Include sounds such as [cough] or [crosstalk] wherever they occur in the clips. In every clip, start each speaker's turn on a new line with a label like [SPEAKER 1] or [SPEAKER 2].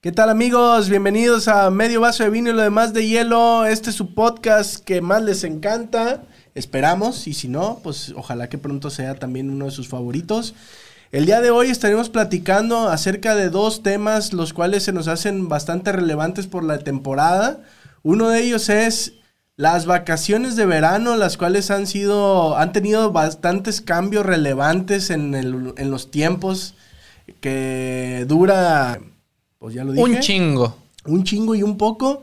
[SPEAKER 1] ¿Qué tal amigos? Bienvenidos a Medio Vaso de Vino y lo demás de hielo. Este es su podcast que más les encanta. Esperamos, y si no, pues ojalá que pronto sea también uno de sus favoritos. El día de hoy estaremos platicando acerca de dos temas los cuales se nos hacen bastante relevantes por la temporada. Uno de ellos es las vacaciones de verano, las cuales han sido, han tenido bastantes cambios relevantes en, el- en los tiempos que dura, pues ya lo dije.
[SPEAKER 2] Un chingo.
[SPEAKER 1] un chingo y un poco.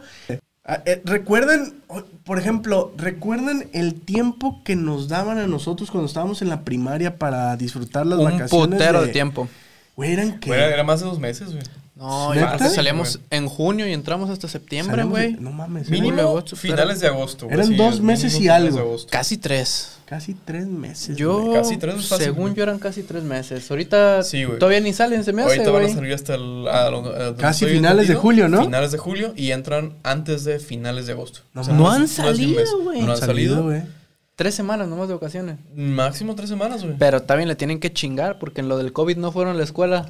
[SPEAKER 1] Ah, eh, recuerden, o- por ejemplo, recuerdan el tiempo que nos daban a nosotros cuando estábamos en la primaria para disfrutar las
[SPEAKER 2] Un
[SPEAKER 1] vacaciones.
[SPEAKER 2] putero de tiempo.
[SPEAKER 1] Güey, eran que.
[SPEAKER 3] Güey, era más de dos meses, güey.
[SPEAKER 2] No,
[SPEAKER 1] ¿Neta?
[SPEAKER 2] yo creo que salíamos en junio y entramos hasta septiembre,
[SPEAKER 1] salíamos de-
[SPEAKER 2] güey.
[SPEAKER 1] No mames. eran
[SPEAKER 2] Mínimo.
[SPEAKER 3] Mínimo
[SPEAKER 2] agosto,
[SPEAKER 3] finales de agosto. güey,
[SPEAKER 1] Eran
[SPEAKER 3] sí,
[SPEAKER 1] dos
[SPEAKER 3] es
[SPEAKER 1] meses
[SPEAKER 3] mínimo
[SPEAKER 1] y
[SPEAKER 3] finales de
[SPEAKER 1] algo.
[SPEAKER 3] agosto.
[SPEAKER 2] Casi tres.
[SPEAKER 1] Casi tres meses.
[SPEAKER 2] Yo,
[SPEAKER 1] güey.
[SPEAKER 3] Casi tres es fácil,
[SPEAKER 2] según
[SPEAKER 3] güey.
[SPEAKER 2] yo, eran casi tres meses. Ahorita
[SPEAKER 3] Sí, güey.
[SPEAKER 2] todavía ni salen, se me hace,
[SPEAKER 3] Ahorita van a
[SPEAKER 2] güey.
[SPEAKER 3] salir hasta el. a lo- a donde
[SPEAKER 1] Casi
[SPEAKER 3] estoy
[SPEAKER 1] finales de
[SPEAKER 3] entendido,
[SPEAKER 1] julio, ¿no?
[SPEAKER 3] Finales de julio y entran antes de finales de agosto.
[SPEAKER 1] No
[SPEAKER 2] No
[SPEAKER 1] mames.
[SPEAKER 2] han
[SPEAKER 3] es- no es de un
[SPEAKER 2] salido,
[SPEAKER 3] mes.
[SPEAKER 2] güey.
[SPEAKER 3] No han salido.
[SPEAKER 1] güey.
[SPEAKER 2] Tres semanas nomás de vacaciones.
[SPEAKER 3] Máximo tres semanas, güey.
[SPEAKER 2] Pero también le tienen que chingar porque en lo del COVID no fueron a la escuela.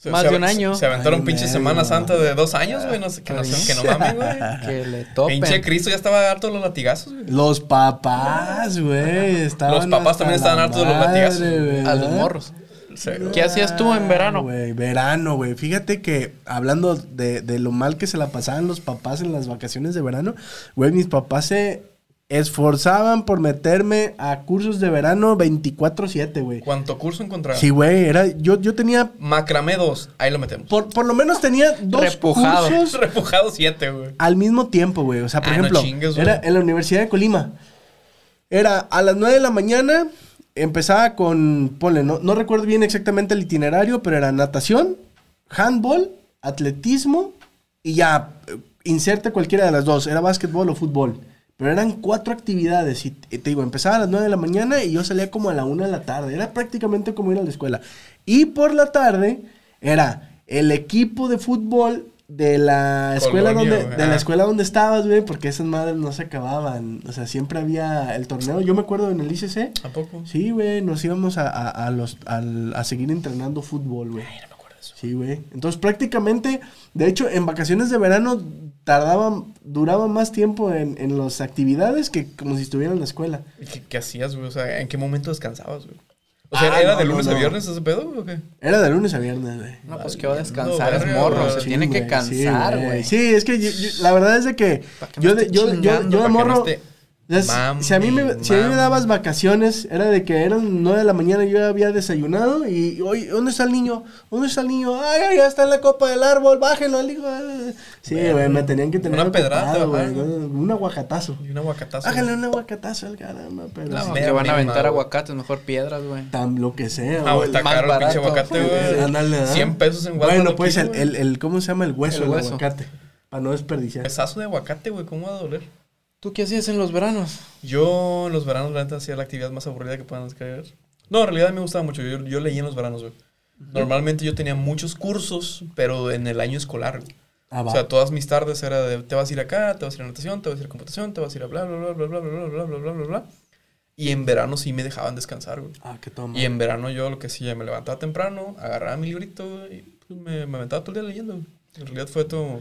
[SPEAKER 3] Se-
[SPEAKER 2] más
[SPEAKER 3] se-
[SPEAKER 2] de un
[SPEAKER 3] se-
[SPEAKER 2] año.
[SPEAKER 3] Se aventaron
[SPEAKER 1] Año y
[SPEAKER 3] pinche
[SPEAKER 1] medio,
[SPEAKER 3] Semana
[SPEAKER 1] ¿no?
[SPEAKER 3] Santa de dos años, güey. No sé, que no, sé, que no mames, güey.
[SPEAKER 2] Que le [laughs] topen.
[SPEAKER 3] Pinche Cristo ya estaba harto de los latigazos, güey.
[SPEAKER 1] Los papás,
[SPEAKER 2] [laughs]
[SPEAKER 1] güey. estaban
[SPEAKER 3] Los papás
[SPEAKER 1] hasta
[SPEAKER 3] también estaban
[SPEAKER 1] la
[SPEAKER 3] hartos de los
[SPEAKER 1] madre,
[SPEAKER 3] latigazos.
[SPEAKER 1] güey,
[SPEAKER 2] a los
[SPEAKER 1] ¿verdad?
[SPEAKER 2] morros.
[SPEAKER 3] Sí, güey.
[SPEAKER 2] ¿Qué hacías tú en verano?
[SPEAKER 1] Ah, güey, verano, güey. Fíjate que hablando de, de lo mal que se la pasaban los papás en las vacaciones de verano, güey, mis papás se esforzaban por meterme a cursos de verano 24-7, güey.
[SPEAKER 3] ¿Cuánto curso encontraron?
[SPEAKER 1] Sí, güey, era, yo, yo tenía,
[SPEAKER 3] Macramé 2, ahí lo metemos.
[SPEAKER 1] por, por lo menos tenía dos
[SPEAKER 2] Repujado.
[SPEAKER 1] cursos
[SPEAKER 3] [laughs] Repujado 7, güey.
[SPEAKER 1] al mismo tiempo, güey. O sea, por
[SPEAKER 3] Ah, no
[SPEAKER 1] ejemplo,
[SPEAKER 3] chingues, güey.
[SPEAKER 1] era en la Universidad de Colima. Era a las 9 de la mañana, empezaba con, ponle, no, no recuerdo bien exactamente el itinerario, pero era natación, handball, atletismo y ya, eh, inserte cualquiera de las dos, era básquetbol o fútbol. Pero eran cuatro actividades y eh, te digo, empezaba a las 9 de la mañana y yo salía como a la 1 de la tarde. Era prácticamente como ir a la escuela. Y por la tarde era el equipo de fútbol de la escuela
[SPEAKER 3] Colonia,
[SPEAKER 1] donde,
[SPEAKER 3] güey.
[SPEAKER 1] de la
[SPEAKER 3] Ah.
[SPEAKER 1] escuela donde estabas, güey, porque esas madres no se acababan. O sea, siempre había el torneo. Yo me acuerdo en el ICC.
[SPEAKER 3] ¿A poco?
[SPEAKER 1] Sí, güey, nos íbamos a, a, a los, al- a seguir entrenando fútbol, güey.
[SPEAKER 3] No me acuerdo de eso.
[SPEAKER 1] Sí, güey. Entonces, prácticamente, de hecho, en vacaciones de verano tardaba, duraba más tiempo en, en las actividades que como si estuviera en la escuela.
[SPEAKER 3] ¿Y ¿Qué, qué hacías, güey? O sea, ¿en qué momento descansabas, güey? O sea,
[SPEAKER 1] Ah,
[SPEAKER 3] ¿era
[SPEAKER 1] no,
[SPEAKER 3] de
[SPEAKER 1] no,
[SPEAKER 3] lunes
[SPEAKER 1] no.
[SPEAKER 3] a viernes ese pedo, güey, o qué?
[SPEAKER 1] Era de lunes a viernes, güey.
[SPEAKER 2] No, pues que va a
[SPEAKER 3] Valiendo
[SPEAKER 2] descansar, es
[SPEAKER 3] verga,
[SPEAKER 2] morro.
[SPEAKER 3] güey.
[SPEAKER 2] Se
[SPEAKER 3] Sí,
[SPEAKER 2] tiene que
[SPEAKER 1] güey,
[SPEAKER 2] cansar,
[SPEAKER 1] sí,
[SPEAKER 2] güey.
[SPEAKER 1] Sí, es que yo- yo- la verdad es de que
[SPEAKER 2] Pa' que no
[SPEAKER 1] yo, de,
[SPEAKER 2] esté
[SPEAKER 1] yo, yo- yo,
[SPEAKER 2] chingando,
[SPEAKER 1] de
[SPEAKER 3] pa' que no
[SPEAKER 1] morro...
[SPEAKER 3] esté
[SPEAKER 1] o sea,
[SPEAKER 3] mami,
[SPEAKER 1] si, a mí me, si a mí me
[SPEAKER 3] mami.
[SPEAKER 1] dabas vacaciones, era de que eran 9 de la mañana y yo ya había desayunado y, hoy ¿dónde está el niño? ¿Dónde está el niño? Ay, ay, ya está en la copa del árbol, bájenlo, al hijo. "Ah, Sí, güey, me tenían que tener
[SPEAKER 3] Una pedrada,
[SPEAKER 1] ocupado, güey,
[SPEAKER 3] ajá.
[SPEAKER 1] un aguacatazo.
[SPEAKER 3] Y un aguacatazo.
[SPEAKER 1] Bájale un aguacatazo al caramba, pero
[SPEAKER 3] La
[SPEAKER 1] sí,
[SPEAKER 2] No,
[SPEAKER 3] mera
[SPEAKER 2] que van a
[SPEAKER 3] mínima,
[SPEAKER 2] aventar
[SPEAKER 3] güey.
[SPEAKER 2] aguacates, mejor piedras, güey.
[SPEAKER 1] tan lo que sea. güey.
[SPEAKER 3] Ah, güey, está
[SPEAKER 2] más
[SPEAKER 3] caro el pinche
[SPEAKER 2] barato.
[SPEAKER 3] aguacate, güey.
[SPEAKER 1] Ándale, ¿verdad?
[SPEAKER 3] 100 pesos en Walmart.
[SPEAKER 1] Bueno,
[SPEAKER 3] aquí,
[SPEAKER 1] pues el,
[SPEAKER 3] güey.
[SPEAKER 1] el, el- ¿cómo se llama? El hueso,
[SPEAKER 2] El
[SPEAKER 1] del
[SPEAKER 2] hueso.
[SPEAKER 1] aguacate. Para no desperdiciar.
[SPEAKER 3] Pesazo de aguacate, güey, ¿cómo va a doler?
[SPEAKER 2] ¿Tú qué hacías en los veranos?
[SPEAKER 3] Yo en los veranos, la neta, hacía la actividad más aburrida que puedan creer. No, en realidad me gustaba mucho. Yo, yo leía en los veranos, güey. Normalmente yo tenía muchos cursos, pero en el año escolar, güey.
[SPEAKER 1] Ah, va.
[SPEAKER 3] O sea, todas mis tardes era de te vas a ir acá, te vas a ir a natación, te vas a ir a computación, te vas a ir a bla, bla, bla, bla, bla, bla, bla, bla, bla, bla, bla, bla. Y en verano sí me dejaban descansar, güey.
[SPEAKER 1] ah, qué toma.
[SPEAKER 3] Y en verano yo lo que hacía, me levantaba temprano, agarraba mi librito güey, y pues, me, me aventaba todo el día leyendo. güey. En realidad fue todo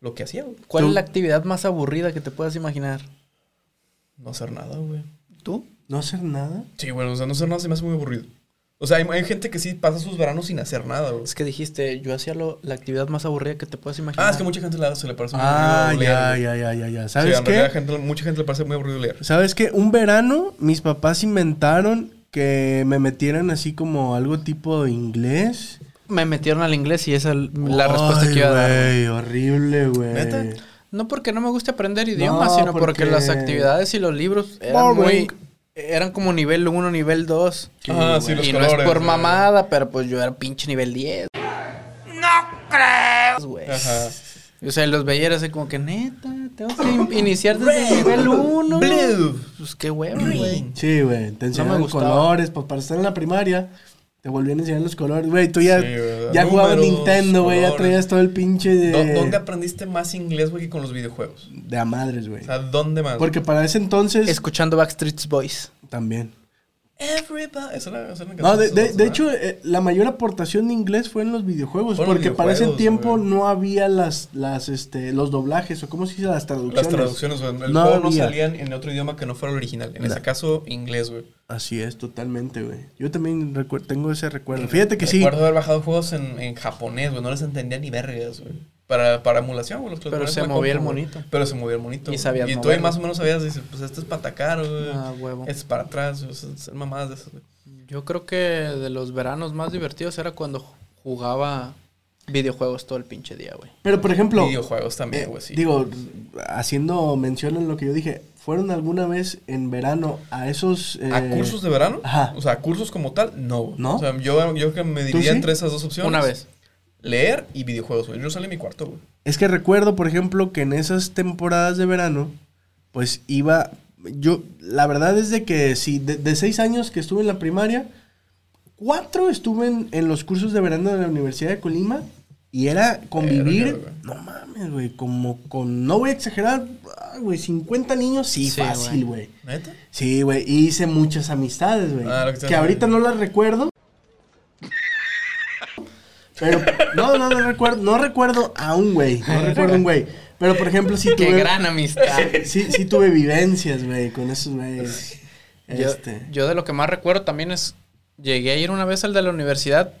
[SPEAKER 3] lo que hacía, güey.
[SPEAKER 2] ¿Cuál
[SPEAKER 1] Tú-
[SPEAKER 2] es la actividad más aburrida que te puedas imaginar?
[SPEAKER 3] No hacer nada, güey.
[SPEAKER 2] ¿Tú?
[SPEAKER 1] No hacer nada.
[SPEAKER 3] Sí, bueno, o sea, no hacer nada se me hace muy aburrido. O sea, hay, hay gente que sí pasa sus veranos sin hacer nada, güey.
[SPEAKER 2] Es que dijiste, yo hacía lo- la actividad más aburrida que te puedas imaginar.
[SPEAKER 3] Ah, es que mucha gente le- se le parece muy
[SPEAKER 1] Ah,
[SPEAKER 3] aburrido leer.
[SPEAKER 1] ya,
[SPEAKER 3] güey.
[SPEAKER 1] ya, ya, ya, ya.
[SPEAKER 3] Sí,
[SPEAKER 1] ¿Sabes
[SPEAKER 3] en realidad
[SPEAKER 1] qué?
[SPEAKER 3] a gente- mucha gente le parece muy aburrido leer.
[SPEAKER 1] ¿Sabes qué? Un verano mis papás inventaron que me metieran así como algo tipo de inglés.
[SPEAKER 2] Me metieron al inglés y esa es la respuesta
[SPEAKER 1] Ay,
[SPEAKER 2] que iba a dar.
[SPEAKER 1] güey, horrible, güey.
[SPEAKER 3] ¿Neta?
[SPEAKER 2] No porque no me guste aprender idiomas,
[SPEAKER 1] No,
[SPEAKER 2] sino porque...
[SPEAKER 1] porque
[SPEAKER 2] las actividades y los libros eran
[SPEAKER 1] Boring.
[SPEAKER 2] muy... Eran como nivel 1, nivel 2.
[SPEAKER 3] Ah, sí, los
[SPEAKER 2] y no es
[SPEAKER 3] colores,
[SPEAKER 2] por
[SPEAKER 3] güey.
[SPEAKER 2] mamada, pero pues yo era pinche nivel 10. No creo. Güey.
[SPEAKER 3] Ajá.
[SPEAKER 2] O sea, los veía y era así como que, neta, tengo que in- iniciar desde el nivel 1.
[SPEAKER 3] Blue.
[SPEAKER 2] Pues qué huevo, güey.
[SPEAKER 1] Sí, güey. Te enseñaban
[SPEAKER 2] gustaba.
[SPEAKER 1] colores, pues para estar en la primaria. Te volvían a enseñar los colores, güey. Tú ya,
[SPEAKER 3] Sí, güey.
[SPEAKER 1] ya jugabas
[SPEAKER 3] Números,
[SPEAKER 1] Nintendo, güey. Ya
[SPEAKER 3] colores.
[SPEAKER 1] traías todo el pinche
[SPEAKER 3] ¿Dó-
[SPEAKER 1] de.
[SPEAKER 3] ¿Dónde aprendiste más inglés, güey, que con los videojuegos?
[SPEAKER 1] De a madres, güey.
[SPEAKER 3] O sea, ¿dónde más?
[SPEAKER 1] Porque para ese entonces.
[SPEAKER 2] Escuchando Backstreet Boys.
[SPEAKER 1] También.
[SPEAKER 3] Everybody. Esa era, esa era una
[SPEAKER 1] No,
[SPEAKER 3] canción
[SPEAKER 1] de, de-
[SPEAKER 3] famosa,
[SPEAKER 1] de
[SPEAKER 3] ¿eh?
[SPEAKER 1] hecho, eh, la mayor aportación de inglés fue en los videojuegos,
[SPEAKER 3] Fueron los
[SPEAKER 1] porque para ese
[SPEAKER 3] videojuegos,
[SPEAKER 1] tiempo
[SPEAKER 3] güey.
[SPEAKER 1] no había las, las, este, los doblajes, o cómo se dice, las traducciones.
[SPEAKER 3] Las traducciones, güey. El
[SPEAKER 1] No
[SPEAKER 3] juego no
[SPEAKER 1] había.
[SPEAKER 3] salían en otro idioma que no fuera el original. En
[SPEAKER 1] No.
[SPEAKER 3] ese caso, inglés, güey.
[SPEAKER 1] Así es, totalmente, güey. Yo también recuer- tengo ese recuerdo. Fíjate que sí.
[SPEAKER 3] Recuerdo haber bajado juegos en, en japonés, güey. No les entendía ni vergas, güey. Para, para emulación, güey. los que los
[SPEAKER 2] Pero
[SPEAKER 3] ponían
[SPEAKER 2] se
[SPEAKER 3] en la
[SPEAKER 2] movía
[SPEAKER 3] compu,
[SPEAKER 2] el
[SPEAKER 3] güey.
[SPEAKER 2] monito.
[SPEAKER 3] Pero se movía el monito.
[SPEAKER 2] Y
[SPEAKER 3] güey.
[SPEAKER 2] sabías
[SPEAKER 3] Y tú ahí
[SPEAKER 2] moverlo.
[SPEAKER 3] más o menos sabías, dices, pues este es para atacar, güey.
[SPEAKER 2] Ah, huevo.
[SPEAKER 3] Este es para atrás, güey. Son son mamadas de esas, güey.
[SPEAKER 2] Yo creo que de los veranos más divertidos era cuando jugaba videojuegos todo el pinche día, güey.
[SPEAKER 1] Pero, por ejemplo,
[SPEAKER 3] Videojuegos también,
[SPEAKER 1] eh,
[SPEAKER 3] güey, sí.
[SPEAKER 1] digo, haciendo mención en lo que yo dije, ¿fueron alguna vez en verano a esos... eh,
[SPEAKER 3] ¿A cursos de verano?
[SPEAKER 1] ajá.
[SPEAKER 3] O sea, ¿a cursos como tal, no. güey.
[SPEAKER 1] ¿No?
[SPEAKER 3] O sea, yo, yo que me dividía
[SPEAKER 1] sí?
[SPEAKER 3] entre esas dos opciones.
[SPEAKER 2] Una
[SPEAKER 3] [laughs]
[SPEAKER 2] vez.
[SPEAKER 3] Leer y videojuegos, güey. Yo salí de mi cuarto, güey.
[SPEAKER 1] Es que recuerdo, por ejemplo, que en esas temporadas de verano, pues iba. Yo, la verdad es de que sí, de, de seis años que estuve en la primaria, cuatro estuve en, en los cursos de verano de la Universidad de Colima y era convivir.
[SPEAKER 3] Verga,
[SPEAKER 1] no mames, güey, como con. No voy a exagerar, ah, güey, 50 niños, sí,
[SPEAKER 2] Sí,
[SPEAKER 1] fácil, güey.
[SPEAKER 3] ¿Neta?
[SPEAKER 1] Sí, güey, y hice muchas amistades, güey.
[SPEAKER 3] Ah, lo que
[SPEAKER 1] que
[SPEAKER 3] te iba a
[SPEAKER 1] ahorita no
[SPEAKER 3] decir.
[SPEAKER 1] las recuerdo. Pero no, no, no recuerdo, no recuerdo a un güey,
[SPEAKER 2] [laughs]
[SPEAKER 1] no recuerdo a un güey. Pero por ejemplo, sí
[SPEAKER 2] Qué
[SPEAKER 1] tuve
[SPEAKER 2] gran amistad.
[SPEAKER 1] sí, sí tuve vivencias, güey, con esos güeyes.
[SPEAKER 2] Yo,
[SPEAKER 1] Este.
[SPEAKER 2] yo de lo que más recuerdo también es, llegué a ir una vez al de la universidad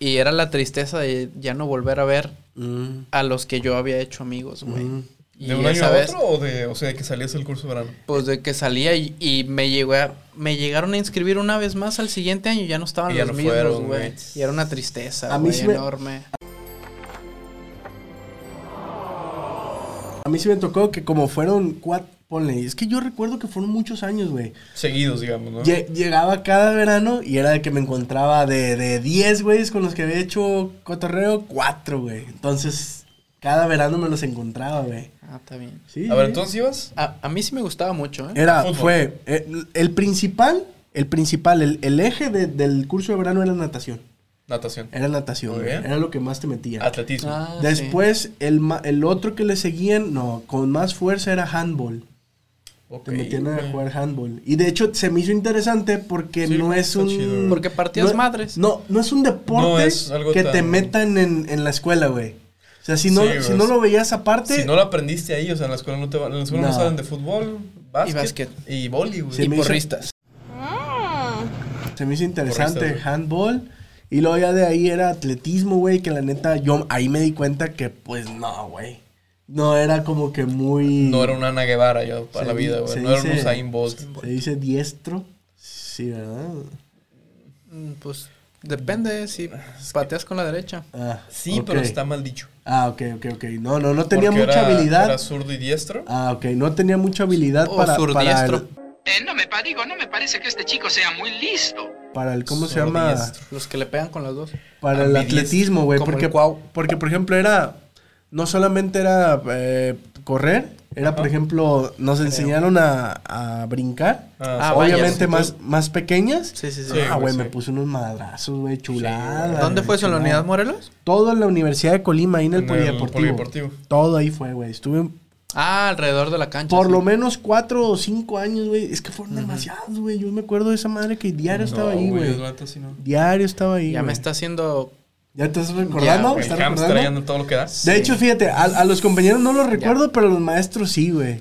[SPEAKER 2] y era la tristeza de ya no volver a ver
[SPEAKER 1] Mm,
[SPEAKER 2] a los que yo había hecho amigos, güey.
[SPEAKER 1] mm.
[SPEAKER 2] Y
[SPEAKER 3] ¿De un año
[SPEAKER 2] esa
[SPEAKER 3] a
[SPEAKER 2] vez,
[SPEAKER 3] otro o de, o sea, de que salías del curso de verano?
[SPEAKER 2] pues de que salía y, y me llegó a- me llegaron a inscribir una vez más al siguiente año y ya no estaban
[SPEAKER 3] Y ya
[SPEAKER 2] los
[SPEAKER 3] no
[SPEAKER 2] mismos,
[SPEAKER 3] fueron,
[SPEAKER 2] güey.
[SPEAKER 3] güey.
[SPEAKER 2] Y era una tristeza,
[SPEAKER 1] A mí
[SPEAKER 2] güey,
[SPEAKER 1] sí me-
[SPEAKER 2] enorme.
[SPEAKER 1] A mí sí me tocó que como fueron cuatro, ponle, es que yo recuerdo que fueron muchos años, güey.
[SPEAKER 3] Seguidos, digamos, ¿no?
[SPEAKER 1] Lle- Llegaba cada verano y era de que me encontraba de de 10 güeyes con los que había hecho cotorreo, 4, güey. Entonces, cada verano me los encontraba, güey.
[SPEAKER 2] Ah, está bien.
[SPEAKER 1] Sí.
[SPEAKER 3] A ver,
[SPEAKER 1] sí.
[SPEAKER 3] entonces ibas.
[SPEAKER 2] A, a mí sí me gustaba mucho, ¿eh?
[SPEAKER 1] Era,
[SPEAKER 3] Fútbol.
[SPEAKER 1] fue, eh, el, principal, el principal, el, el eje de- del curso de verano era natación.
[SPEAKER 3] Natación.
[SPEAKER 1] Era natación,
[SPEAKER 3] Muy
[SPEAKER 1] güey.
[SPEAKER 3] bien.
[SPEAKER 1] Era lo que más te metía.
[SPEAKER 3] Atletismo.
[SPEAKER 2] Ah, sí.
[SPEAKER 1] Después, el, ma- el otro que le seguían, no, con más fuerza era handball.
[SPEAKER 3] Ok,
[SPEAKER 1] Te metían a
[SPEAKER 3] güey.
[SPEAKER 1] jugar handball. Y de hecho, se me hizo interesante porque
[SPEAKER 3] Sí,
[SPEAKER 1] no es
[SPEAKER 3] está
[SPEAKER 1] un...
[SPEAKER 3] chido, güey.
[SPEAKER 2] Porque partías
[SPEAKER 1] no-
[SPEAKER 2] madres.
[SPEAKER 1] No, no es un deporte
[SPEAKER 3] No es algo
[SPEAKER 1] que te
[SPEAKER 3] tan-
[SPEAKER 1] metan en, en la escuela, güey. O sea, si no,
[SPEAKER 3] Sí, güey,
[SPEAKER 1] si no
[SPEAKER 3] es-
[SPEAKER 1] lo veías aparte...
[SPEAKER 3] Si no lo aprendiste ahí, o sea, en la escuela no te va- en la escuela no,
[SPEAKER 1] No.
[SPEAKER 3] saben de fútbol, básquet y,
[SPEAKER 2] básquet.
[SPEAKER 3] voli, güey.
[SPEAKER 1] Sí,
[SPEAKER 2] y
[SPEAKER 1] me hizo-
[SPEAKER 2] porristas.
[SPEAKER 1] Se me hizo interesante
[SPEAKER 3] Correcto, güey.
[SPEAKER 1] handball. Y luego ya de ahí era atletismo, güey, que la neta yo ahí me di cuenta que pues no, güey. No era como que muy...
[SPEAKER 3] No era un Ana Guevara yo para
[SPEAKER 1] Se
[SPEAKER 3] la
[SPEAKER 1] di-
[SPEAKER 3] vida, güey.
[SPEAKER 1] se
[SPEAKER 3] No era un
[SPEAKER 1] dice-
[SPEAKER 3] Usain Bolt.
[SPEAKER 1] Se dice diestro. Sí, ¿verdad?
[SPEAKER 2] Mm, Pues depende si pateas con la derecha.
[SPEAKER 1] Ah,
[SPEAKER 3] Sí,
[SPEAKER 1] ok.
[SPEAKER 3] pero está mal dicho.
[SPEAKER 1] Ah, ok, ok, ok. No, no, no tenía
[SPEAKER 3] Porque
[SPEAKER 1] mucha
[SPEAKER 3] era-
[SPEAKER 1] habilidad.
[SPEAKER 3] Era zurdo y diestro.
[SPEAKER 1] Ah, ok, no tenía mucha habilidad
[SPEAKER 2] O
[SPEAKER 1] para, para
[SPEAKER 2] Oh, surdiestro.
[SPEAKER 1] el,
[SPEAKER 4] Eh, no me pa- digo, no me parece que este chico sea muy listo.
[SPEAKER 1] para el, ¿cómo se
[SPEAKER 3] Zurdo
[SPEAKER 1] llama?
[SPEAKER 3] diestro.
[SPEAKER 2] Los que le pegan con las dos.
[SPEAKER 1] Para el
[SPEAKER 3] Ambidiestro,
[SPEAKER 1] atletismo, güey.
[SPEAKER 2] como
[SPEAKER 1] Porque,
[SPEAKER 2] el cuau.
[SPEAKER 1] porque, por ejemplo, era. No solamente era eh, correr, era, por ejemplo, nos enseñaron a, a brincar.
[SPEAKER 2] Ah, vaya,
[SPEAKER 1] obviamente
[SPEAKER 2] sí,
[SPEAKER 1] más, más pequeñas.
[SPEAKER 2] Sí, sí, sí.
[SPEAKER 3] Sí,
[SPEAKER 1] ah, güey,
[SPEAKER 3] güey,
[SPEAKER 1] me
[SPEAKER 3] sí.
[SPEAKER 1] puse unos madrazos, güey, chulada.
[SPEAKER 2] ¿Dónde
[SPEAKER 1] güey,
[SPEAKER 2] fue eso? ¿En la
[SPEAKER 1] chulada.
[SPEAKER 2] Unidad Morelos?
[SPEAKER 1] Todo en la Universidad de Colima, ahí en el,
[SPEAKER 3] En el
[SPEAKER 1] polideportivo.
[SPEAKER 3] polideportivo.
[SPEAKER 1] Todo ahí fue, güey. Estuve
[SPEAKER 2] Ah, alrededor de la cancha.
[SPEAKER 1] por
[SPEAKER 2] sí.
[SPEAKER 1] lo menos cuatro o cinco años, güey. Es que fueron demasiados, güey. Yo me acuerdo de esa madre que diario estaba ahí, güey.
[SPEAKER 3] la neta sí no.
[SPEAKER 1] Diario estaba ahí.
[SPEAKER 2] Ya me
[SPEAKER 1] güey.
[SPEAKER 2] está haciendo.
[SPEAKER 1] ¿Ya te estás recordando?
[SPEAKER 2] güey,
[SPEAKER 1] ¿Estás
[SPEAKER 3] El hamster
[SPEAKER 1] recordando?
[SPEAKER 3] ahí anda todo lo que da.
[SPEAKER 1] De hecho, fíjate, a, a los compañeros no los recuerdo, pero a los maestros sí, güey.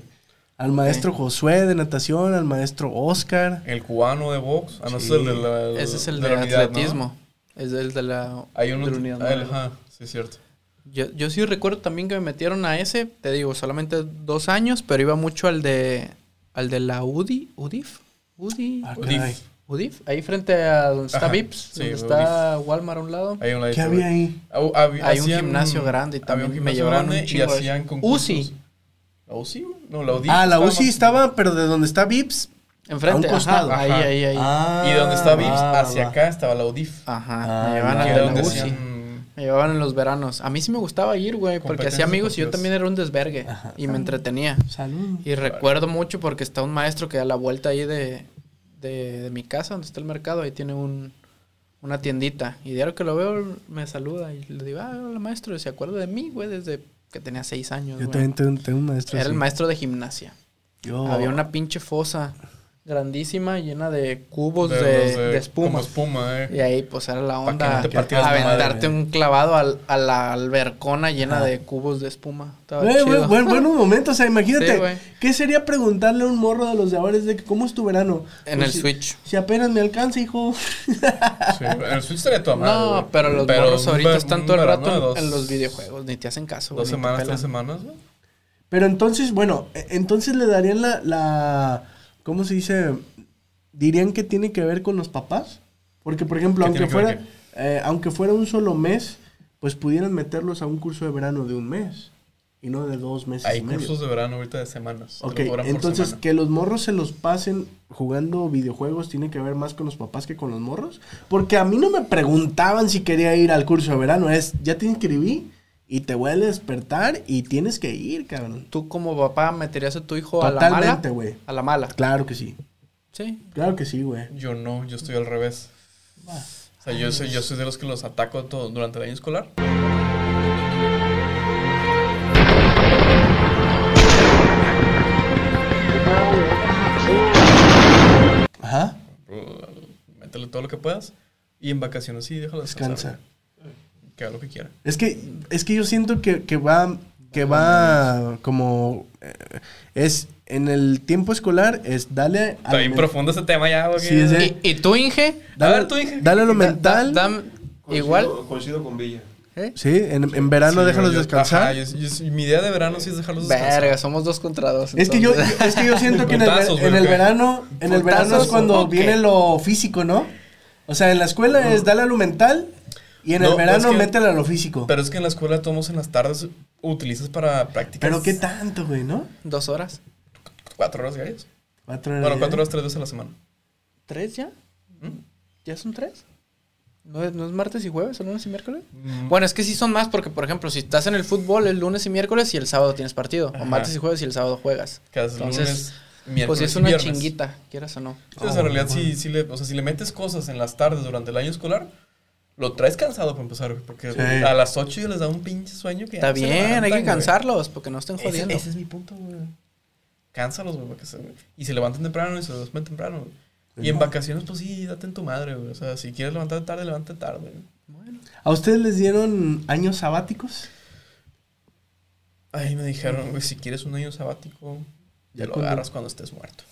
[SPEAKER 1] Al maestro Josué de natación, al maestro Oscar.
[SPEAKER 3] El cubano de box. Ah, no,
[SPEAKER 1] Sí.
[SPEAKER 3] ese es el de la.
[SPEAKER 2] Ese es el
[SPEAKER 3] de
[SPEAKER 2] de,
[SPEAKER 3] la unidad, ¿no?
[SPEAKER 2] atletismo. Es el de la.
[SPEAKER 3] Hay uno.
[SPEAKER 2] de la unidad
[SPEAKER 3] ah, el-
[SPEAKER 2] Morelos.
[SPEAKER 3] ajá, sí, es cierto.
[SPEAKER 2] Yo, yo sí recuerdo también que me metieron a ese. Te digo, solamente dos años, pero iba mucho al de. Al de la UDI. ¿UDIF? UDI.
[SPEAKER 1] Ah,
[SPEAKER 3] Udif.
[SPEAKER 1] caray.
[SPEAKER 2] ¿UDIF? Ahí frente a donde está
[SPEAKER 3] Ajá,
[SPEAKER 2] Vips.
[SPEAKER 3] sí,
[SPEAKER 2] donde
[SPEAKER 3] UDIF.
[SPEAKER 2] está Walmart a un lado.
[SPEAKER 3] Hay una de
[SPEAKER 1] ¿Qué
[SPEAKER 3] esas,
[SPEAKER 1] había
[SPEAKER 3] güey.
[SPEAKER 1] ahí?
[SPEAKER 3] Hab- hab-
[SPEAKER 2] Hay un
[SPEAKER 3] hacían-
[SPEAKER 2] gimnasio grande y
[SPEAKER 3] había un
[SPEAKER 2] también me
[SPEAKER 3] gimnasio
[SPEAKER 2] llevaban
[SPEAKER 3] grande
[SPEAKER 2] un
[SPEAKER 3] y
[SPEAKER 2] chingo de
[SPEAKER 3] hacían
[SPEAKER 2] eso.
[SPEAKER 3] concursos.
[SPEAKER 2] UCI.
[SPEAKER 3] ¿La UCI? güey? No, la UDI.
[SPEAKER 1] Ah, la
[SPEAKER 3] estaba
[SPEAKER 1] UCI
[SPEAKER 3] más-
[SPEAKER 1] estaba, pero de donde está Vips. A
[SPEAKER 2] Enfrente.
[SPEAKER 1] un
[SPEAKER 2] ajá,
[SPEAKER 1] costado. Ah.
[SPEAKER 2] Ahí,
[SPEAKER 3] Ajá.
[SPEAKER 2] ahá, ahí, ahí.
[SPEAKER 3] Y donde está Vips,
[SPEAKER 1] va,
[SPEAKER 3] hacia
[SPEAKER 1] va.
[SPEAKER 3] acá estaba la UDIF.
[SPEAKER 2] Ajá.
[SPEAKER 1] Ah,
[SPEAKER 2] me llevaban
[SPEAKER 1] ya.
[SPEAKER 2] al
[SPEAKER 3] que
[SPEAKER 2] de
[SPEAKER 3] era
[SPEAKER 2] la
[SPEAKER 3] donde
[SPEAKER 2] UCI.
[SPEAKER 1] hacían
[SPEAKER 2] Me llevaban en los veranos. A mí sí me gustaba ir, güey, porque hacía
[SPEAKER 3] Competencias
[SPEAKER 2] amigos y yo
[SPEAKER 3] deportivas.
[SPEAKER 2] también era un desvergue
[SPEAKER 1] Ajá.
[SPEAKER 2] y me entretenía.
[SPEAKER 1] Salud.
[SPEAKER 2] Y recuerdo mucho porque está un maestro que a la vuelta ahí de, de, de mi casa, donde está el mercado, ahí tiene un, una tiendita. Y diario que lo veo, me saluda y le digo, ah, hola maestro, ¿se acuerda de mí, güey? Desde que tenía seis años,
[SPEAKER 1] Yo
[SPEAKER 2] güey.
[SPEAKER 1] también tengo, tengo un maestro.
[SPEAKER 2] Era el
[SPEAKER 1] así.
[SPEAKER 2] maestro de gimnasia.
[SPEAKER 1] Yo-
[SPEAKER 2] Había una pinche fosa grandísima llena de cubos Pues de,
[SPEAKER 3] los
[SPEAKER 2] de espuma.
[SPEAKER 3] Como espuma, eh.
[SPEAKER 2] Y ahí pues era la
[SPEAKER 3] Pa' que
[SPEAKER 2] onda
[SPEAKER 3] no te partieras la
[SPEAKER 2] aventarte
[SPEAKER 3] madre,
[SPEAKER 2] un clavado al- a la albercona llena de cubos de espuma. Estaba
[SPEAKER 1] Eh,
[SPEAKER 2] chido.
[SPEAKER 1] güey, buen, buen momento, o sea,
[SPEAKER 2] Sí,
[SPEAKER 1] imagínate,
[SPEAKER 2] güey.
[SPEAKER 1] ¿qué sería preguntarle a un morro de los de ahora es de que cómo es tu verano? Pues
[SPEAKER 2] En el
[SPEAKER 1] si-
[SPEAKER 2] Switch.
[SPEAKER 1] Si apenas me alcanza, hijo.
[SPEAKER 3] Sí, güey. el Switch estaría toda madre,
[SPEAKER 2] No,
[SPEAKER 3] güey.
[SPEAKER 2] pero los morros
[SPEAKER 3] un
[SPEAKER 2] ahorita
[SPEAKER 3] ver-
[SPEAKER 2] están
[SPEAKER 3] un
[SPEAKER 2] todo el
[SPEAKER 3] verano de
[SPEAKER 2] rato
[SPEAKER 3] dos-
[SPEAKER 2] en los videojuegos, ni te hacen caso. güey,
[SPEAKER 3] Dos
[SPEAKER 2] ni te
[SPEAKER 3] semanas,
[SPEAKER 2] pelan.
[SPEAKER 3] tres semanas, güey.
[SPEAKER 1] Pero entonces, bueno, e- entonces le darían la, la ¿cómo se dice? Dirían que tiene que ver con los papás, porque por ejemplo,
[SPEAKER 3] ¿Qué
[SPEAKER 1] aunque
[SPEAKER 3] tiene que ver
[SPEAKER 1] fuera eh, aunque fuera un solo mes, pues pudieran meterlos a un curso de verano de un mes y no de dos meses y
[SPEAKER 3] Hay
[SPEAKER 1] medio.
[SPEAKER 3] cursos de verano ahorita de semanas. te lo
[SPEAKER 1] Ok,
[SPEAKER 3] cobran por
[SPEAKER 1] entonces
[SPEAKER 3] semana.
[SPEAKER 1] que los morros se los pasen jugando videojuegos tiene que ver más con los papás que con los morros. Porque a mí no me preguntaban si quería ir al curso de verano. Es, ya te inscribí y te voy a despertar y tienes que ir, cabrón.
[SPEAKER 2] Tú como papá meterías a tu hijo a la
[SPEAKER 1] Totalmente,
[SPEAKER 2] mala.
[SPEAKER 1] güey.
[SPEAKER 2] A la mala.
[SPEAKER 1] Claro que sí.
[SPEAKER 2] Sí.
[SPEAKER 1] Claro que sí, güey.
[SPEAKER 3] Yo no, yo estoy al revés.
[SPEAKER 1] Ah.
[SPEAKER 3] O sea, yo soy, yo soy de los que los ataco todo durante el año escolar.
[SPEAKER 1] Ajá.
[SPEAKER 3] Uh, Métele todo lo que puedas. Y en vacaciones sí, déjalo descansar.
[SPEAKER 1] Descansa.
[SPEAKER 3] güey. Que haga lo que quiera.
[SPEAKER 1] Es que, es que yo siento que, que va, que va como eh, es en el tiempo escolar, es dale
[SPEAKER 3] Está bien
[SPEAKER 1] men-
[SPEAKER 3] profundo ese tema ya, güey.
[SPEAKER 1] Ah, Sí, es de-
[SPEAKER 2] ¿Y, y tú, Inge?
[SPEAKER 1] dale,
[SPEAKER 3] A ver, tú, hija.
[SPEAKER 1] dale a lo
[SPEAKER 2] Da-
[SPEAKER 1] mental.
[SPEAKER 2] dam-
[SPEAKER 5] Coincido-
[SPEAKER 2] igual.
[SPEAKER 5] Coincido con Villa.
[SPEAKER 2] ¿Eh?
[SPEAKER 1] Sí, en, en verano
[SPEAKER 3] Sí,
[SPEAKER 1] déjalos
[SPEAKER 3] yo-
[SPEAKER 1] descansar.
[SPEAKER 3] ajá, yo- yo- mi idea de verano sí es dejarlos descansar.
[SPEAKER 2] Verga, somos dos contra dos.
[SPEAKER 1] Es que yo,
[SPEAKER 2] entonces.
[SPEAKER 1] es que yo siento que en el, ver-
[SPEAKER 3] Putazos, güey,
[SPEAKER 1] en el
[SPEAKER 3] ok.
[SPEAKER 1] verano, en el verano es
[SPEAKER 2] Putazos,
[SPEAKER 1] cuando
[SPEAKER 2] ok.
[SPEAKER 1] viene lo físico, ¿no? O sea, en la escuela es dale a lo mental y en
[SPEAKER 3] No,
[SPEAKER 1] el verano
[SPEAKER 3] es que-
[SPEAKER 1] métele a lo físico. Pero,
[SPEAKER 3] Pero es que en la escuela tomos en las tardes utilizas para practicar.
[SPEAKER 1] qué tanto, güey, ¿no?
[SPEAKER 2] ¿Dos horas?
[SPEAKER 3] Cuatro horas diarias.
[SPEAKER 1] Cuatro
[SPEAKER 3] Bueno, cuatro horas tres veces a la semana.
[SPEAKER 2] ¿Tres ya?
[SPEAKER 3] ¿Mm?
[SPEAKER 2] ¿Ya son tres? ¿No es, no es martes y jueves, son lunes y miércoles?
[SPEAKER 1] Mm.
[SPEAKER 2] Bueno, es que sí son más porque, por ejemplo, si estás en el fútbol el lunes y miércoles y el sábado tienes partido.
[SPEAKER 3] Ajá.
[SPEAKER 2] O martes y jueves y el sábado juegas.
[SPEAKER 3] Cada lunes,
[SPEAKER 2] Entonces,
[SPEAKER 3] miércoles
[SPEAKER 2] pues sí es
[SPEAKER 3] y
[SPEAKER 2] una
[SPEAKER 3] viernes.
[SPEAKER 2] chinguita, quieras o no.
[SPEAKER 3] Entonces, en
[SPEAKER 1] Oh,
[SPEAKER 3] realidad, sí, sí le, o sea, si le metes cosas en las tardes durante el año escolar, lo traes cansado para empezar, güey, porque
[SPEAKER 1] Sí.
[SPEAKER 3] a las 8 ya les da un pinche sueño que
[SPEAKER 2] Está
[SPEAKER 3] ya se
[SPEAKER 2] bien, hay
[SPEAKER 3] levantan,
[SPEAKER 2] que
[SPEAKER 3] güey.
[SPEAKER 2] cansarlos porque no estén
[SPEAKER 3] Ese-
[SPEAKER 2] jodiendo.
[SPEAKER 3] Ese, es mi punto, güey. Cánsalos, güey, para que se- Y se levantan temprano y se duermen temprano, güey. Y en vacaciones, pues sí, date en tu madre, güey. O sea, si quieres levantarte tarde, levántate tarde. güey.
[SPEAKER 1] ¿A ustedes les dieron años
[SPEAKER 3] [laughs]
[SPEAKER 1] sabáticos?
[SPEAKER 3] Ahí me dijeron, güey, si quieres un año sabático,
[SPEAKER 1] Ya
[SPEAKER 3] ya lo
[SPEAKER 1] cuando-
[SPEAKER 3] agarras cuando estés muerto.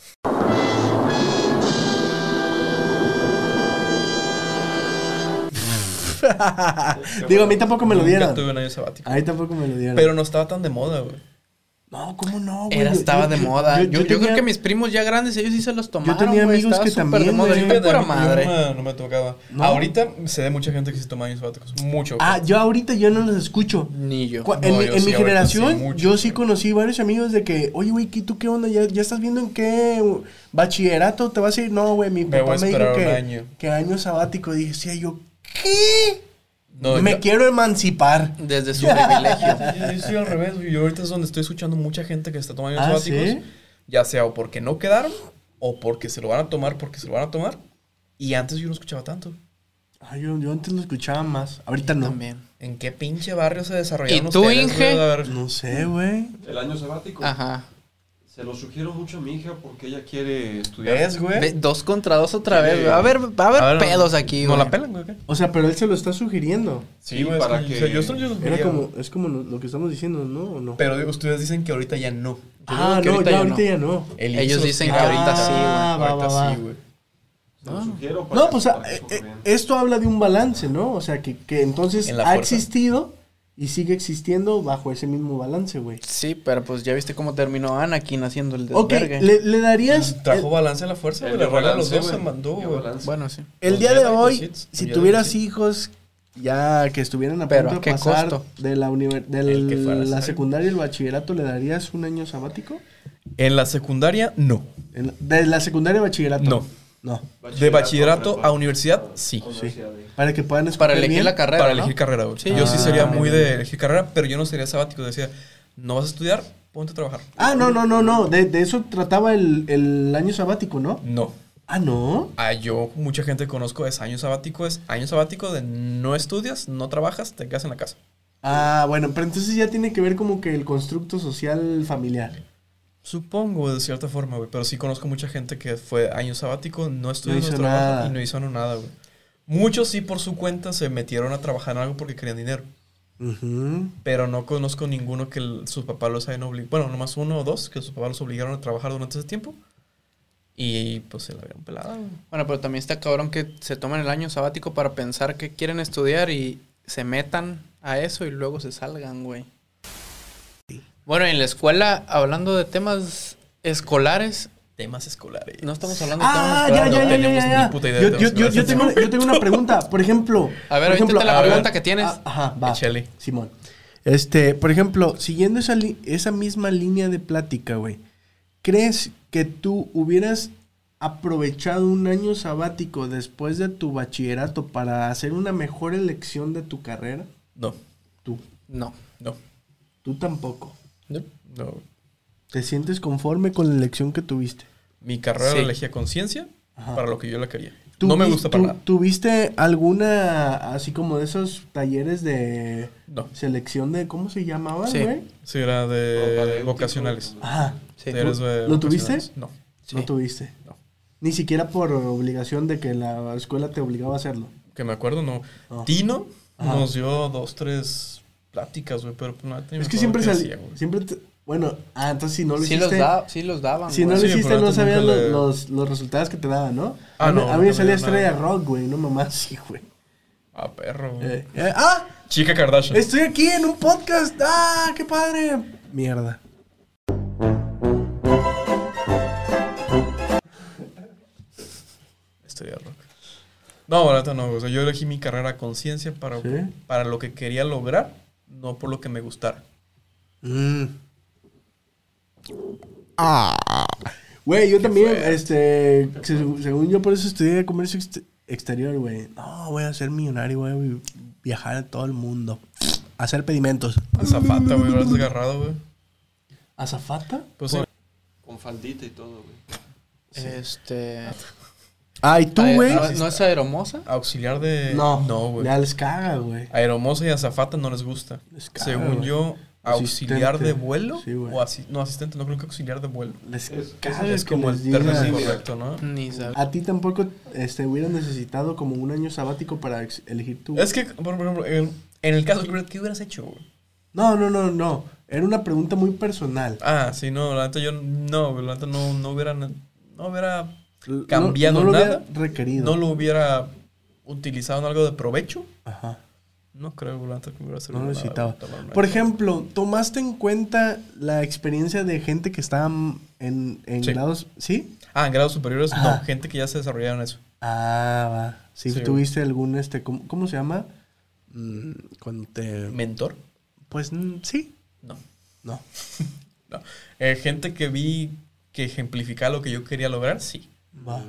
[SPEAKER 1] Digo, a mí tampoco me lo Ah,
[SPEAKER 3] Nunca
[SPEAKER 1] dieron.
[SPEAKER 3] tuve un año sabático.
[SPEAKER 1] A mí tampoco me lo dieron.
[SPEAKER 3] Pero no estaba tan de moda, güey.
[SPEAKER 1] no, ¿cómo no, güey?
[SPEAKER 2] Era,
[SPEAKER 1] Yo-
[SPEAKER 2] estaba
[SPEAKER 1] yo-
[SPEAKER 2] de
[SPEAKER 1] yo-
[SPEAKER 2] moda. Yo, yo
[SPEAKER 1] tenía-
[SPEAKER 2] creo que mis primos ya grandes, ellos sí se los tomaron.
[SPEAKER 1] tenía
[SPEAKER 2] güey,
[SPEAKER 1] amigos
[SPEAKER 2] estaba
[SPEAKER 1] que
[SPEAKER 2] súper
[SPEAKER 1] también,
[SPEAKER 2] de moda.
[SPEAKER 1] güey.
[SPEAKER 2] Yo
[SPEAKER 3] Fíjate, a
[SPEAKER 2] pura
[SPEAKER 3] mí- yo
[SPEAKER 2] madre.
[SPEAKER 3] No me, no me tocaba.
[SPEAKER 1] No.
[SPEAKER 3] Ahorita se ve mucha gente que se toma años sabáticos. Mucho.
[SPEAKER 1] Ah, yo ahorita yo no los escucho.
[SPEAKER 2] Ni yo.
[SPEAKER 1] Cua-
[SPEAKER 3] No,
[SPEAKER 1] en mi,
[SPEAKER 3] yo
[SPEAKER 1] en
[SPEAKER 3] sí,
[SPEAKER 1] mi
[SPEAKER 3] ahorita
[SPEAKER 1] generación,
[SPEAKER 3] sí, mucho,
[SPEAKER 1] yo sí
[SPEAKER 3] güey.
[SPEAKER 1] conocí varios amigos de que, oye, güey, ¿qué- ¿tú qué onda? ¿Ya, ya estás viendo en qué bachillerato te vas a ir? No, güey, mi
[SPEAKER 3] Me voy
[SPEAKER 1] papá
[SPEAKER 3] a
[SPEAKER 1] me dijo
[SPEAKER 3] esperar un
[SPEAKER 1] que
[SPEAKER 3] año.
[SPEAKER 1] que año sabático. Dije, sí, yo, ¿qué?
[SPEAKER 3] No,
[SPEAKER 1] me
[SPEAKER 3] yo-
[SPEAKER 1] quiero emancipar.
[SPEAKER 2] Desde su privilegio.
[SPEAKER 1] [laughs]
[SPEAKER 3] Yo, yo soy al revés. güey. Yo ahorita es donde estoy escuchando mucha gente que está tomando
[SPEAKER 1] Ah,
[SPEAKER 3] años sabáticos.
[SPEAKER 1] ¿sí?
[SPEAKER 3] Ya sea o porque no quedaron o porque se lo van a tomar porque se lo van a tomar. Y antes yo no escuchaba tanto.
[SPEAKER 1] Ay, yo, yo antes lo escuchaba más. Ahorita no.
[SPEAKER 2] También.
[SPEAKER 3] ¿En qué pinche barrio se desarrollaron
[SPEAKER 2] ¿Y tú,
[SPEAKER 3] ustedes,
[SPEAKER 2] Inge?
[SPEAKER 3] güey? A ver,
[SPEAKER 1] No sé, güey.
[SPEAKER 5] El año sabático.
[SPEAKER 2] Ajá.
[SPEAKER 5] Se lo sugiero mucho a mi hija porque ella quiere estudiar.
[SPEAKER 3] ¿Ves,
[SPEAKER 1] ¿Eh?
[SPEAKER 3] güey?
[SPEAKER 2] Ve, dos contra dos otra vez.
[SPEAKER 5] Sí.
[SPEAKER 2] güey. Va a haber, va a haber pedos aquí,
[SPEAKER 3] ¿No
[SPEAKER 2] güey.
[SPEAKER 3] la pelan, güey? qué?
[SPEAKER 1] O sea, pero él se lo está sugiriendo.
[SPEAKER 5] Sí,
[SPEAKER 3] güey,
[SPEAKER 5] para
[SPEAKER 3] es
[SPEAKER 5] que-
[SPEAKER 3] o sea, yo estoy- yo los
[SPEAKER 1] Era
[SPEAKER 3] veía,
[SPEAKER 1] como,
[SPEAKER 3] güey.
[SPEAKER 1] es como lo lo que estamos diciendo, ¿no? ¿O no?
[SPEAKER 3] Pero digo, ustedes dicen que ahorita ya no. Yo
[SPEAKER 1] ah,
[SPEAKER 3] digo que
[SPEAKER 1] no,
[SPEAKER 2] ahorita
[SPEAKER 1] ya
[SPEAKER 2] ya no.
[SPEAKER 1] ahorita ya no.
[SPEAKER 3] el
[SPEAKER 2] Ellos
[SPEAKER 3] ISO
[SPEAKER 2] dicen
[SPEAKER 3] sí,
[SPEAKER 2] que ahorita sí, güey.
[SPEAKER 1] Ah, va,
[SPEAKER 3] Ahorita
[SPEAKER 1] va, va.
[SPEAKER 3] sí, güey.
[SPEAKER 5] Se lo sugiero para
[SPEAKER 1] No,
[SPEAKER 5] que-
[SPEAKER 1] pues a-
[SPEAKER 5] para que
[SPEAKER 1] eh,
[SPEAKER 5] cojan.
[SPEAKER 1] esto habla de un balance, ¿no? O sea, que, que entonces
[SPEAKER 3] En la
[SPEAKER 1] ha
[SPEAKER 3] fuerza.
[SPEAKER 1] existido y sigue existiendo bajo ese mismo balance, güey.
[SPEAKER 2] Sí, pero pues ya viste cómo terminó Anakin haciendo el
[SPEAKER 1] Ok,
[SPEAKER 2] desvergue.
[SPEAKER 1] le, le darías...
[SPEAKER 3] Trajo
[SPEAKER 1] El,
[SPEAKER 3] balance a la fuerza,
[SPEAKER 5] Eh,
[SPEAKER 3] güey. La
[SPEAKER 5] yo
[SPEAKER 3] regla de los
[SPEAKER 5] balance,
[SPEAKER 3] dos se
[SPEAKER 5] güey.
[SPEAKER 3] mandó,
[SPEAKER 5] Yo
[SPEAKER 3] güey.
[SPEAKER 5] balance.
[SPEAKER 2] Bueno, sí.
[SPEAKER 1] el
[SPEAKER 3] los
[SPEAKER 1] día de
[SPEAKER 3] Jedi, los
[SPEAKER 1] hoy,
[SPEAKER 3] Sith,
[SPEAKER 1] si
[SPEAKER 3] los
[SPEAKER 1] tuvieras
[SPEAKER 3] Jedi,
[SPEAKER 1] hijos ya que estuvieran a
[SPEAKER 2] Pero,
[SPEAKER 1] punto de
[SPEAKER 2] ¿qué
[SPEAKER 1] pasar
[SPEAKER 2] costo?
[SPEAKER 1] de la, univer- de
[SPEAKER 3] El que fuera,
[SPEAKER 1] la
[SPEAKER 3] sí.
[SPEAKER 1] secundaria y el bachillerato, ¿le darías un año sabático?
[SPEAKER 3] En la secundaria, no.
[SPEAKER 1] En la- ¿De la secundaria y bachillerato?
[SPEAKER 3] No.
[SPEAKER 1] No.
[SPEAKER 3] De bachillerato
[SPEAKER 5] prepa.
[SPEAKER 3] a universidad, sí.
[SPEAKER 5] Universidad,
[SPEAKER 1] Para que puedan escoger
[SPEAKER 2] Para elegir
[SPEAKER 1] bien.
[SPEAKER 2] la carrera.
[SPEAKER 3] Para
[SPEAKER 2] ¿no?
[SPEAKER 3] elegir carrera, güey.
[SPEAKER 2] Sí,
[SPEAKER 3] yo sí
[SPEAKER 1] ah,
[SPEAKER 3] sería
[SPEAKER 1] bien,
[SPEAKER 3] muy
[SPEAKER 1] bien.
[SPEAKER 3] de elegir carrera, pero yo no sería sabático. Decía, no vas a estudiar, ponte a trabajar.
[SPEAKER 1] Ah, no, no, no, no. De, de eso trataba el, el año sabático, ¿no?
[SPEAKER 3] No.
[SPEAKER 1] Ah, no.
[SPEAKER 3] Ah, yo, mucha gente que conozco es año sabático, es año sabático de no estudias, no trabajas, te quedas en la casa.
[SPEAKER 1] Ah, bueno, pero entonces ya tiene que ver como que el constructo social familiar.
[SPEAKER 3] Supongo, de cierta forma, güey. Pero sí conozco mucha gente que fue año sabático, no estudió
[SPEAKER 1] No
[SPEAKER 3] en su
[SPEAKER 1] hizo
[SPEAKER 3] trabajo
[SPEAKER 1] nada.
[SPEAKER 3] y no hizo nada, güey. Muchos sí por su cuenta se metieron a trabajar en algo porque querían dinero.
[SPEAKER 1] Ujú.
[SPEAKER 3] Pero no conozco ninguno que el- sus papás los hayan obligado. Bueno, nomás uno o dos que sus papás los obligaron a trabajar durante ese tiempo. Y pues se la habían pelado. güey.
[SPEAKER 2] Bueno, pero también está cabrón que se tomen el año sabático para pensar que quieren estudiar y se metan a eso y luego se salgan, güey. Bueno, en la escuela, hablando de temas escolares,
[SPEAKER 3] Temas escolares.
[SPEAKER 2] no estamos hablando de temas
[SPEAKER 1] Ah, ya,
[SPEAKER 2] escolares.
[SPEAKER 1] ya, ya,
[SPEAKER 2] güey.
[SPEAKER 1] ya,
[SPEAKER 3] tenemos
[SPEAKER 1] ya,
[SPEAKER 3] ni puta idea
[SPEAKER 1] Yo,
[SPEAKER 3] de
[SPEAKER 1] yo-
[SPEAKER 3] los
[SPEAKER 1] yo-
[SPEAKER 3] clases.
[SPEAKER 1] yo tengo, yo tengo una pregunta. Por ejemplo.
[SPEAKER 2] A ver,
[SPEAKER 1] por ejemplo,
[SPEAKER 2] ahorita la
[SPEAKER 1] a ver,
[SPEAKER 2] pregunta que tienes.
[SPEAKER 1] ah, ajá, va.
[SPEAKER 3] Échale.
[SPEAKER 1] Simón. Este, por ejemplo, siguiendo esa, li- esa misma línea de plática, güey. ¿Crees que tú hubieras aprovechado un año sabático después de tu bachillerato para hacer una mejor elección de tu carrera?
[SPEAKER 3] No,
[SPEAKER 1] Tú,
[SPEAKER 2] No.
[SPEAKER 3] no.
[SPEAKER 1] tú tampoco.
[SPEAKER 3] No. no.
[SPEAKER 1] ¿Te sientes conforme con la elección que tuviste?
[SPEAKER 3] Mi carrera
[SPEAKER 2] Sí.
[SPEAKER 3] la elegí a conciencia
[SPEAKER 1] Ajá.
[SPEAKER 3] para lo que yo la quería.
[SPEAKER 1] ¿Tú
[SPEAKER 3] No me
[SPEAKER 1] vi-
[SPEAKER 3] gusta
[SPEAKER 1] tú-
[SPEAKER 3] para nada.
[SPEAKER 1] ¿Tuviste alguna, así como de esos talleres de
[SPEAKER 3] No.
[SPEAKER 1] selección de, ¿cómo se llamaba,
[SPEAKER 2] Sí.
[SPEAKER 1] güey?
[SPEAKER 3] Sí, era
[SPEAKER 1] Oh,
[SPEAKER 3] de vocacionales.
[SPEAKER 1] Ajá.
[SPEAKER 2] Sí.
[SPEAKER 3] Talleres de
[SPEAKER 1] ¿Lo tuviste?
[SPEAKER 3] vocacionales. No.
[SPEAKER 1] No
[SPEAKER 2] Sí.
[SPEAKER 1] tuviste.
[SPEAKER 3] No.
[SPEAKER 1] Ni siquiera por obligación de que la escuela te obligaba a hacerlo.
[SPEAKER 3] Que me acuerdo, no.
[SPEAKER 1] No.
[SPEAKER 3] Tino
[SPEAKER 1] Ah. Ajá.
[SPEAKER 3] nos dio dos, tres pláticas, güey, pero pues, no
[SPEAKER 1] es que siempre
[SPEAKER 3] salía,
[SPEAKER 1] salía. Siempre te- bueno, ah, entonces si no lo
[SPEAKER 2] Sí los,
[SPEAKER 1] hiciste.
[SPEAKER 2] da- sí los daban.
[SPEAKER 1] si no lo
[SPEAKER 2] güey.
[SPEAKER 3] Sí,
[SPEAKER 1] hiciste,
[SPEAKER 3] pero
[SPEAKER 1] no
[SPEAKER 3] antes
[SPEAKER 1] sabías
[SPEAKER 3] nunca
[SPEAKER 1] lo-
[SPEAKER 3] le-
[SPEAKER 1] los, los resultados que te daban, ¿no?
[SPEAKER 3] Ah,
[SPEAKER 1] a mí,
[SPEAKER 3] no,
[SPEAKER 1] a mí me
[SPEAKER 3] nunca me
[SPEAKER 1] salía
[SPEAKER 3] dio
[SPEAKER 1] estrella
[SPEAKER 3] nada.
[SPEAKER 1] rock, güey, no mamás, [laughs] sí, güey.
[SPEAKER 3] Ah, perro, güey.
[SPEAKER 1] Eh, eh, ¡Ah!
[SPEAKER 3] Chica Kardashian.
[SPEAKER 1] Estoy aquí en un podcast. ¡Ah, qué padre! Mierda.
[SPEAKER 3] Estudiar rock. Este No, la neta no, güey. O sea, yo elegí mi carrera a conciencia para,
[SPEAKER 1] ¿Sí?
[SPEAKER 3] para lo que quería lograr, no por lo que me gustara. Mm.
[SPEAKER 1] Ah. Güey, yo también, este, se- según yo por eso estudié comercio ext- exterior, güey. No, voy a ser millonario, voy a vi- viajar a todo el mundo. Hacer pedimentos.
[SPEAKER 3] Azafata, güey, lo has desgarrado, güey.
[SPEAKER 1] ¿Azafata?
[SPEAKER 3] Pues sí.
[SPEAKER 1] eh.
[SPEAKER 5] Con faldita y todo, güey.
[SPEAKER 2] Este.
[SPEAKER 1] Ay, tú,
[SPEAKER 2] aer-
[SPEAKER 1] güey.
[SPEAKER 2] ¿No, no es aeromosa?
[SPEAKER 3] Auxiliar de.
[SPEAKER 1] No,
[SPEAKER 3] No, güey.
[SPEAKER 1] Ya les caga, güey.
[SPEAKER 3] Aeromosa y azafata no les gusta.
[SPEAKER 1] Les caga,
[SPEAKER 3] Según
[SPEAKER 1] güey.
[SPEAKER 3] yo, auxiliar
[SPEAKER 1] Asistente.
[SPEAKER 3] de vuelo.
[SPEAKER 1] Sí, güey.
[SPEAKER 3] o asi- no, asistente, no creo que auxiliar de vuelo.
[SPEAKER 1] Les
[SPEAKER 5] Es-
[SPEAKER 1] caga
[SPEAKER 3] es
[SPEAKER 1] que
[SPEAKER 3] como
[SPEAKER 1] les
[SPEAKER 3] el
[SPEAKER 1] diga.
[SPEAKER 3] término incorrecto, ¿no?
[SPEAKER 2] Ni sabía.
[SPEAKER 1] A ti tampoco este, hubieras necesitado como un año sabático para ex- elegir tu...
[SPEAKER 3] Es que, por ejemplo, en en el caso, ¿qué hubieras hecho, güey?
[SPEAKER 1] No, no, no, no. Era una pregunta muy personal.
[SPEAKER 3] Ah, sí, no, la neta yo no, güey, la neta no, no hubiera, no hubiera
[SPEAKER 1] No-
[SPEAKER 3] cambiado
[SPEAKER 1] no, lo
[SPEAKER 3] nada.
[SPEAKER 1] hubiera requerido.
[SPEAKER 3] No lo hubiera utilizado en algo de provecho.
[SPEAKER 1] Ajá.
[SPEAKER 3] No creo, güey, la neta que hubiera servido
[SPEAKER 1] No lo
[SPEAKER 3] nada,
[SPEAKER 1] necesitaba.
[SPEAKER 3] güey, tomar una-
[SPEAKER 1] Por ejemplo, ¿tomaste en cuenta la experiencia de gente que estaba en, en
[SPEAKER 3] Sí.
[SPEAKER 1] grados? ¿Sí?
[SPEAKER 3] Ah, en grados superiores,
[SPEAKER 1] Ajá.
[SPEAKER 3] no, gente que ya se desarrollaron eso.
[SPEAKER 1] Ah, va. Sí,
[SPEAKER 3] Sí,
[SPEAKER 1] tuviste algún, este, ¿cómo, cómo se llama? Mm, Cuando te...
[SPEAKER 3] ¿Mentor?
[SPEAKER 1] Pues mm, sí.
[SPEAKER 3] No.
[SPEAKER 1] No.
[SPEAKER 3] no. Eh, gente que vi que ejemplificaba lo que yo quería lograr, sí.
[SPEAKER 1] Va.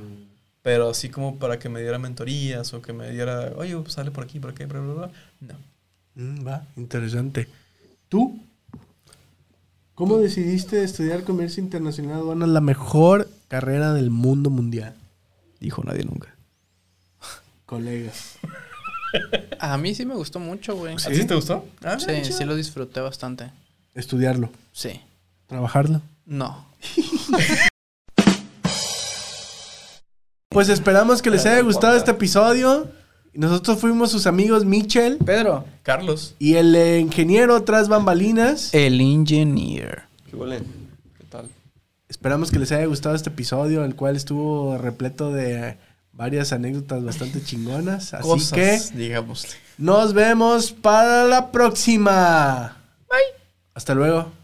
[SPEAKER 3] Pero así como para que me diera mentorías o que me diera, oye, pues, sale por aquí, por aquí, bla, bla, bla. No.
[SPEAKER 1] Mm, va, interesante. ¿Tú? ¿Cómo decidiste estudiar comercio internacional aduanas, la mejor carrera del mundo mundial?
[SPEAKER 3] Dijo nadie nunca.
[SPEAKER 1] Colega.
[SPEAKER 2] A mí sí me gustó mucho, güey.
[SPEAKER 3] ¿Sí? te gustó? Ah,
[SPEAKER 2] Sí,
[SPEAKER 3] mira,
[SPEAKER 2] sí
[SPEAKER 3] chido.
[SPEAKER 2] lo disfruté bastante.
[SPEAKER 1] Estudiarlo.
[SPEAKER 2] Sí.
[SPEAKER 1] Trabajarlo.
[SPEAKER 2] No.
[SPEAKER 1] Pues esperamos que les haya gustado este episodio. Nosotros fuimos sus amigos Mitchell
[SPEAKER 2] Pedro.
[SPEAKER 3] Carlos.
[SPEAKER 1] y el eh, ingeniero tras bambalinas.
[SPEAKER 2] El ingenier.
[SPEAKER 5] ¿Qué huele? ¿Qué tal?
[SPEAKER 1] Esperamos que les haya gustado este episodio, el cual estuvo repleto de varias anécdotas bastante chingonas. Así que
[SPEAKER 3] digámosle.
[SPEAKER 1] nos vemos para la próxima. Bye. Hasta luego.